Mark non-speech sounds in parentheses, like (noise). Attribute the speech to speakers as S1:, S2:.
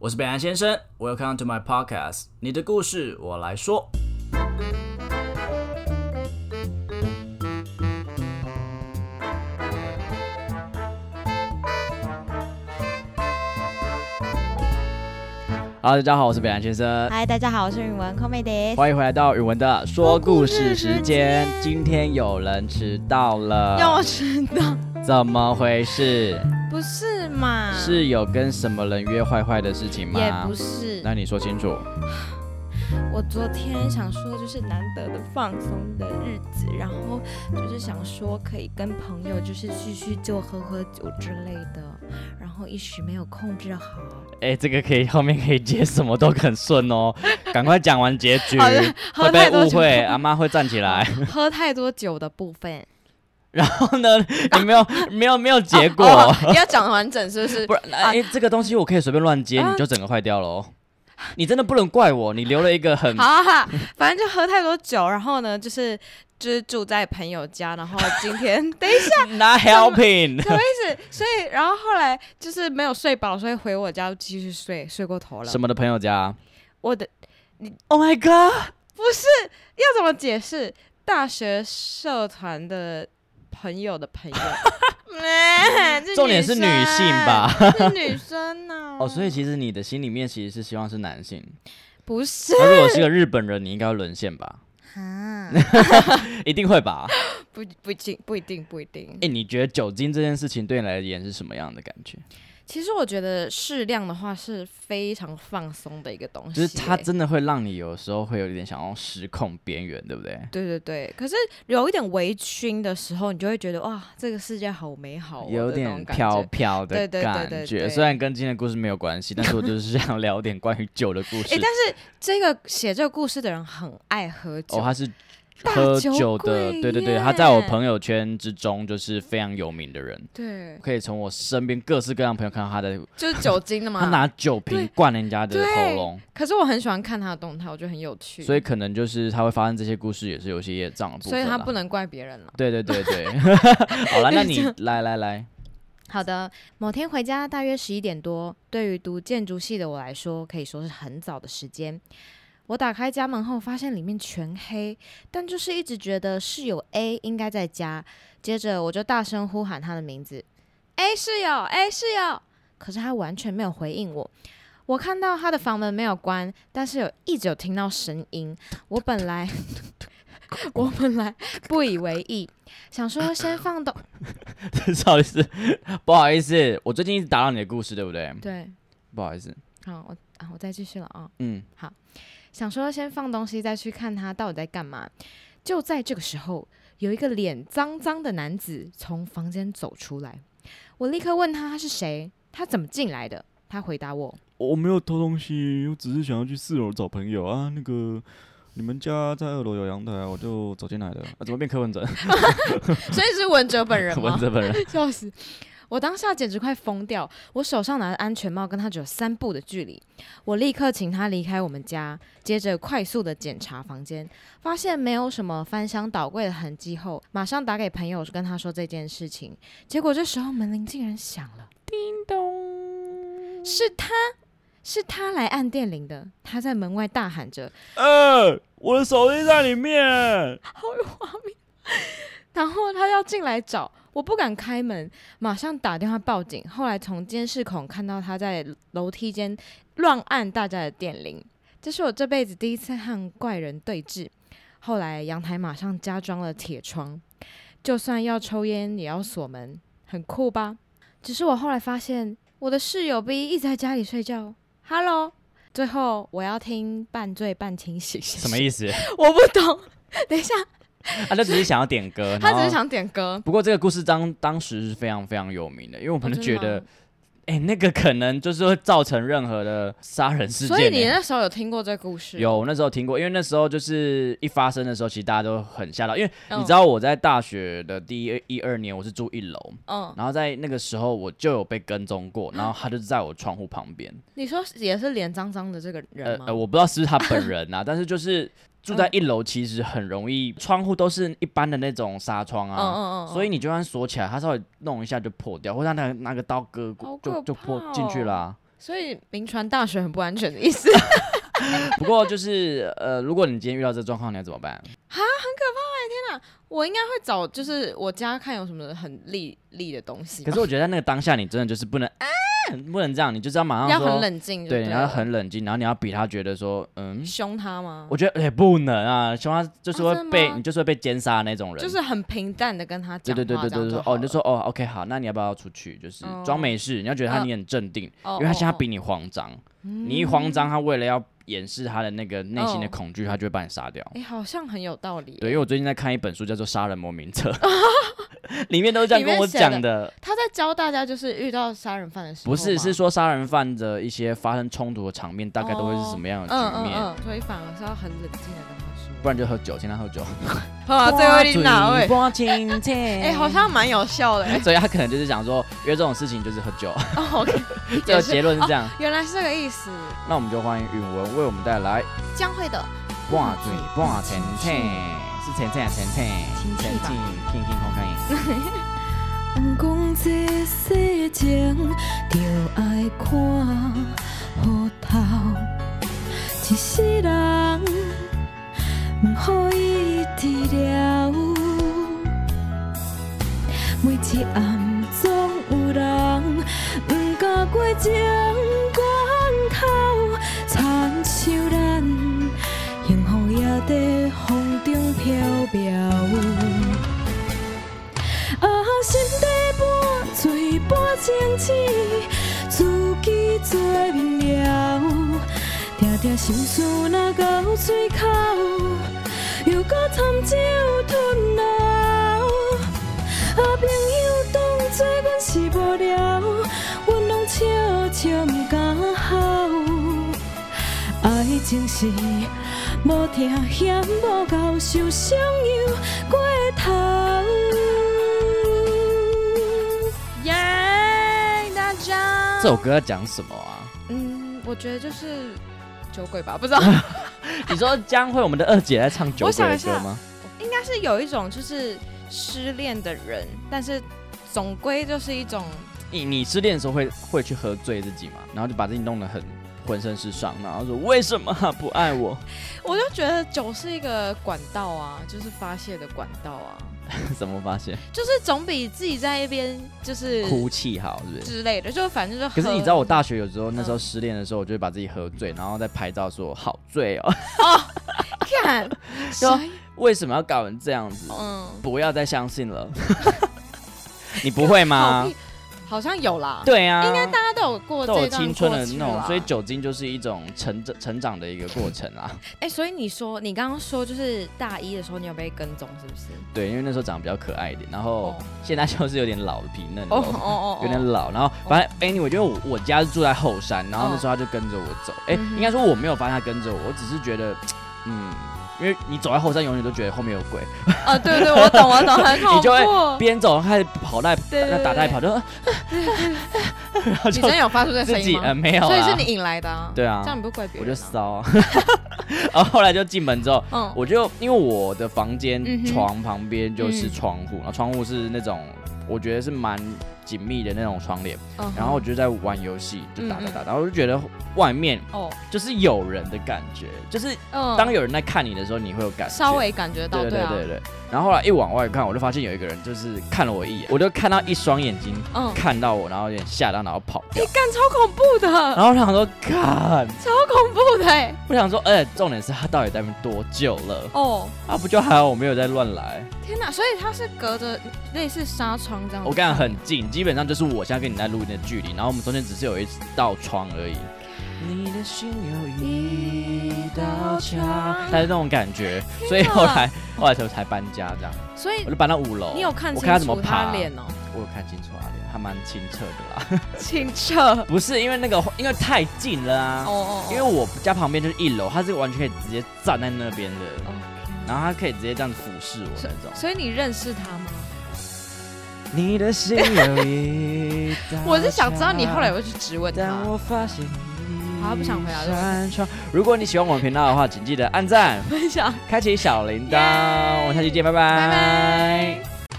S1: 我是北岸先生，Welcome to my podcast，你的故事我来说。Hello，大家好，我是北岸先生。
S2: (laughs) 嗨，大家好，我是允文 c o m e d
S1: 欢迎回来到语文的说故事时
S2: 说故事时
S1: 间
S2: 间。
S1: 今天有人迟到了，
S2: 要迟到？
S1: 怎么回事？
S2: 不是嘛？
S1: 是有跟什么人约坏坏的事情吗？
S2: 也不是。
S1: 那你说清楚。
S2: 我昨天想说，就是难得的放松的日子，然后就是想说可以跟朋友就是叙叙旧、喝喝酒之类的，然后一时没有控制好。
S1: 哎、这个可以后面可以接什么都很顺哦，赶快讲完结局，
S2: 好的
S1: 会
S2: (laughs) 喝
S1: 被
S2: 太多
S1: 误
S2: 酒，
S1: 会，阿妈会站起来。
S2: (laughs) 喝太多酒的部 (laughs) 分。
S1: 然后呢，你没
S2: (laughs)
S1: 有没有没有结果，
S2: 哦哦要讲完整是 (laughs) 不是？
S1: 不是？哎、这个东西我可以随便乱接，
S2: 啊
S1: 你就整个坏掉了哦。你真的不能怪我，你留了一个很
S2: 好啊好啊，反正就喝太多酒，然后呢，就是就是住在朋友家，然后今天 (laughs) 等一下。
S1: not helping。
S2: 什么意思？所以，然后后来就是没有睡饱，所以回我家继续睡，睡过头了
S1: 什。么的朋友家
S2: 我的
S1: ？Oh my god！
S2: 不是要怎么解释？大学社团的朋友的朋友，
S1: (laughs)
S2: 哎
S1: 重点是女性吧？
S2: 是女生啊呢、
S1: 哦，所以其实你的心里面其实是希望是男性。
S2: 不
S1: (laughs)
S2: 是
S1: 那如果是个日本人，你应该会沦陷吧？
S2: 啊，
S1: 一定会吧？
S2: 不不一定，不一定，不一定
S1: 哎、。你觉得酒精这件事情对你来言是什么样的感觉？
S2: 其实我觉得适量的话是非常放松的一个东西、
S1: 就是它
S2: 哎
S1: 真的会让你有时候会有一点想要失控边缘，对不对？
S2: 对对对，可是有一点微醺的时候，你就会觉得哇，这个世界好美好、哦，
S1: 有
S2: 的那种
S1: 点
S2: 感
S1: 飘
S2: 觉。
S1: 飘的
S2: 对对对
S1: 感
S2: 对
S1: 觉，
S2: 对
S1: 虽然跟今天的故事没有
S2: (laughs)
S1: 关系，但是我就是想聊点关于酒的故事
S2: 哎、。但是这个写这个故事的人很爱喝酒，
S1: 哦，他是
S2: 大
S1: 喝
S2: 酒
S1: 酒的，
S2: 鬼
S1: 对对对，他在我
S2: 耶
S1: 朋友圈之中就是非常有名的人，
S2: 对，
S1: 可以从我身边各式各样的朋友看到他的，
S2: 就是酒精的嘛。
S1: 他拿酒瓶
S2: 对
S1: 灌人家的
S2: 对
S1: 喉咙，
S2: 可是我很喜欢看他的动态，我觉得很有趣，
S1: 所以可能就是他会发生这些故事，也是有一些业障的部
S2: 所
S1: 分
S2: 以
S1: 啦。
S2: 他不能怪别人了。
S1: 对对对对， (laughs) 好了，那
S2: (laughs)
S1: 你来来来，
S2: 好的，某天回家大约十一点多，对于读建筑系的我来说，可以说是很早的时间。我打开家门后，发现里面全黑，但就是一直觉得室友 A 应该在家。接着我就大声呼喊他的名字：“A 室友，A 室友！”可是他完全没有回应我。我看到他的房门没有关，但是有一直有听到声音。我本来 (laughs) 我本来不以为意，想说先放东
S1: (laughs) 不好意思，不好意思，我最近一直打扰你的故事，对不对？
S2: 对，
S1: 不好意思，
S2: 好，我啊我再继续了啊、
S1: 嗯，
S2: 想说先放东西，再去看他到底在干嘛。就在这个时候，有一个脸脏脏的男子从房间走出来，我立刻问他他是谁，他怎么进来的。他回答我，
S3: 我没有偷东西，我只是想要去四楼找朋友啊。那个你们家在二楼有阳台啊，我就走进来的。
S1: 啊、怎么变柯文哲？
S2: (laughs)
S3: (laughs)
S2: 所以是文哲本人
S1: 文哲本人，
S2: (laughs) 笑死！我当下简直快疯掉，我手上拿的安全帽跟他只有三步的距离，我立刻请他离开我们家，接着快速的检查房间，发现没有什么翻箱倒柜的痕迹后，马上打给朋友跟他说这件事情，结果这时候门铃竟然响了，叮咚，是他。是他来按电铃的，他在门外大喊着，
S3: 呃，我的手机在里面。
S2: 然后他要进来找，我不敢开门，马上打电话报警。后来从监视孔看到他在楼梯间乱按大家的电铃，这是我这辈子第一次和怪人对峙。后来阳台马上加装了铁窗，就算要抽烟也要锁门，很酷吧？只是我后来发现我的室友 B 一直在家里睡觉。Hello，最后我要听半醉半清醒，
S1: 什么意思？ (laughs) 啊
S2: 思？我不懂。等一下，
S1: 他就只是想要点
S2: (laughs)
S1: 歌，
S2: 他
S1: 然
S2: 只
S1: 后
S2: 是。想点歌。
S1: 不过这个故事当当时是非常非常有名的，因为我们
S2: 哦
S1: 就觉，
S2: 真的
S1: 得
S2: 吗，
S1: 哎、那个可能就是会造成任何的杀人事件、
S2: 所以你
S1: 欸。
S2: 那时候有听过这故事？，
S1: 有，我那时候听过，因为那时候就是一发生的时候，其实大家都很吓到，因为
S2: 嗯、
S1: 你知，道我在大学的第一一二年，我是住一楼，
S2: 嗯，
S1: 然后在那个时候我就有被跟踪过，然后他就在我窗户旁
S2: (gasps)
S1: 边，
S2: 你说也是脸脏脏的这个
S1: 呃
S2: 人吗？
S1: 呃，我不知道是不是他本
S2: (laughs)
S1: 人呐、但是就是住在一楼，其实很容易，窗户都是一般的那种纱窗
S2: 嗯嗯
S1: 啊，
S2: 嗯，
S1: 所以你就算锁起来，它稍微弄一下就破掉，或者它拿拿个刀割过
S2: 好
S1: 就
S2: 可
S1: 就破
S2: 怕
S1: 进去
S2: 哦
S1: 啦、
S2: 所以名传大学很不安全的意
S1: (laughs)
S2: 思。
S1: 不过就是呃，如果你今天遇到这状况，你要怎么办？
S2: 我应该会找，就是我家看有什么很利利的东西吧，
S1: 可是我觉得在那个当下，你真的就是不能啊，不能这样，你就是要马上
S2: 要
S1: 说
S2: 很，冷静就
S1: 对，
S2: 了，
S1: 你要很冷静，然后你要比他觉得说，嗯，
S2: 凶他吗？
S1: 我觉得也、不能啊，凶他就是
S2: 啊
S1: 会
S2: 真的
S1: 被、
S2: 吗
S1: 你就是会被奸杀的那种人，
S2: 就是很平淡的跟他
S1: 对
S2: 讲话，
S1: 对对对对对，
S2: 这
S1: 对
S2: 样
S1: 哦，
S2: 好
S1: 你就说哦，OK，好，那你要不要出去？就是
S2: 哦
S1: 装没事，你要觉得他
S2: 呃
S1: 你很镇定，
S2: 了，
S1: 因为他现在比
S2: 你，
S1: 你慌张，
S2: 嗯
S1: 你一慌张，他为了要掩饰他的那个内
S2: 哦
S1: 心的恐惧，他就会把你杀掉。
S2: 哎，好像很有道理。
S1: 对，因为我最近在看一本书，叫做《杀人魔名册》， (laughs) 里面都是这样
S2: 里
S1: 跟
S2: 面
S1: 我
S2: 写
S1: 讲
S2: 的
S1: 的。
S2: 他在教大家，就是遇到杀人犯的时候
S1: 不
S2: 吗，
S1: 是，是说杀人犯的一些发生冲突的场面，大概都会是什么样的
S2: 嗯
S1: 局
S2: 嗯
S1: 面？
S2: 嗯，所以反而是要很冷静的跟他说。
S1: 不然就喝酒，请他喝酒。
S2: 啊，这个有点哪位？
S1: 我请客
S2: (laughs)
S1: (laughs)
S2: 哎，好像蛮有效的。
S1: 所以他可能就是想说，因为这种事情就是喝
S2: (laughs)
S1: 酒，
S2: 哦，OK，
S1: 这个结论是这样。
S2: 原来是这哦个意思。
S1: 那我们就欢迎允文为我们带来
S2: 将会的，
S1: 《挂嘴挂钱钱》，是钱钱钱钱
S2: 亲戚
S1: 钱
S2: 吧
S1: 钱，健健康康。
S4: 人讲这世情，就爱看好透。一世人，毋好伊治疗。每一暗总有人，毋敢过情关口，惨像咱，幸福也在风中飘渺。啊，心底半醉半清醒，自己做明了，定定心事若到嘴口，又搁掺酒吞落。啊，朋友当作阮是无聊，阮拢笑笑毋敢哭。爱情是无疼嫌无够，受伤又过头。
S2: 耶，大家。
S1: 这首歌要讲什么啊？
S2: 嗯，我觉得就是酒鬼吧，不知 (laughs) 道，
S1: 你说将会我们的二姐在唱酒
S2: 我
S1: 鬼
S2: 想
S1: 的
S2: 一
S1: 歌
S2: 下
S1: 吗？
S2: 应该是有一种就是失恋的人，但是总归就是一种
S1: 你你失恋的时候会会去喝醉自己吗？然后就把自己弄得很浑身是伤，然后说为什么啊不爱我？ (laughs)
S2: 我就觉得酒是一个管道啊，就是发泄的管道啊，
S1: 怎么发现？
S2: 就是总比自己在一边就是
S1: 哭泣好是不是？
S2: 之类的，就反正就喝。
S1: 可是你知道，我大学有时候那时
S2: 嗯
S1: 候失恋的时候，我就会把自己喝醉，然后再拍照说好醉哦， (laughs)
S2: (laughs) 看，
S1: 就为什么要搞成这样子？
S2: 嗯，
S1: 不要再相信了。 (laughs) 你不会
S2: 好
S1: 吗？
S2: 屁，好像有啦，，
S1: 对啊，应该
S2: 大家都有过
S1: 都有
S2: 这段
S1: 青春
S2: 过
S1: 的
S2: 去
S1: 那种，
S2: 啦
S1: 所以酒精就是一种成长成长的一个过程啊啦。
S2: 哎、所以你说你刚刚说就是大一的时候你有被跟踪是不是？
S1: 对，因为那时候长得比较可爱一点，然后
S2: 哦
S1: 现在就是有点老了皮嫩
S2: 哦
S1: 了。
S2: 哦哦，哦
S1: 有点老，然后反正 anyway，因为我我家是住在后山，然后那时候他就跟着我走，哎、
S2: 嗯哼
S1: 应该说我没有发现他跟着我，我只是觉得，嗯，因为你走在后山，永远都觉得后面有鬼，
S2: 啊，对对，我懂我懂，很恐怖。
S1: (laughs) 你就会边走开始跑带
S2: 对对对
S1: 打带跑，就然后
S2: 你
S1: 就
S2: 真的有发出这声
S1: 自己
S2: 音
S1: 呃
S2: 吗？
S1: 没有
S2: 所以
S1: 啦
S2: 是，你引来的啊？
S1: 对啊
S2: 这样你不怪别
S1: 我
S2: 人
S1: 就
S2: 啊？
S1: 骚啊， (laughs) 然后后来就进门之后，
S2: 嗯，
S1: 我就因为我的房
S2: 嗯
S1: 间
S2: 哼
S1: 床旁边就是
S2: 嗯
S1: 窗户，然后窗户是那种我觉得是蛮紧密的那种窗帘，
S2: 嗯
S1: 然后我就在玩游戏，就打打
S2: 嗯
S1: 打，然后我就觉得外面
S2: 哦，
S1: 就是有人的感觉，就是
S2: 嗯，
S1: 当有人在看你的时候，你会有感觉，
S2: 稍微感觉到，
S1: 对对
S2: 啊，
S1: 对对。然后后来一往外看，我就发现有一个人就是看了我一眼，我就看到一双眼睛
S2: 嗯，
S1: 看到我，然后有点吓到，然后跑
S2: 你 (laughs)
S1: 掉。
S2: 干超恐怖的，
S1: 然后我想说，看，
S2: 超恐怖的欸，
S1: 我想说，而且重点是他到底在那边多久了？
S2: 哦，
S1: 啊，不就还好我没有在乱来。
S2: 天哪！所以他是隔着类似纱窗这样子看你，
S1: 我跟你讲很近，基本上就是我现在跟你在录音的距离，然后我们中间只是有一道窗而已。你的心有一道墙，它是那种感觉，所以后来后来才才搬家这样，
S2: 所以
S1: 我就搬到五楼。
S2: 你有看
S1: 我
S2: 清
S1: 看他怎么
S2: 楚
S1: 爬
S2: 他脸哦，
S1: 我有看清楚他脸，还蛮清澈的啦。
S2: 清澈，哦
S1: (laughs) 不是因为那个，因为太近了啊。
S2: 哦，哦
S1: 因为我家旁边就是一楼，他是完全可以直接站在那边的，
S2: 哦
S1: 然后他可以直接这样子俯视我那
S2: (laughs)
S1: 种。
S2: 所以你认识他吗？
S1: 你的心有一道
S2: (laughs) 我是想知道你后来
S1: 墙
S2: 有没有去质问他
S1: 当。我发现你
S2: 好不想回答这个
S1: 扇窗如果你喜欢我们频道的话，请记得按赞、
S2: 分享，
S1: 开启小铃铛。
S2: 耶
S1: 我们下期见，拜
S2: 拜拜。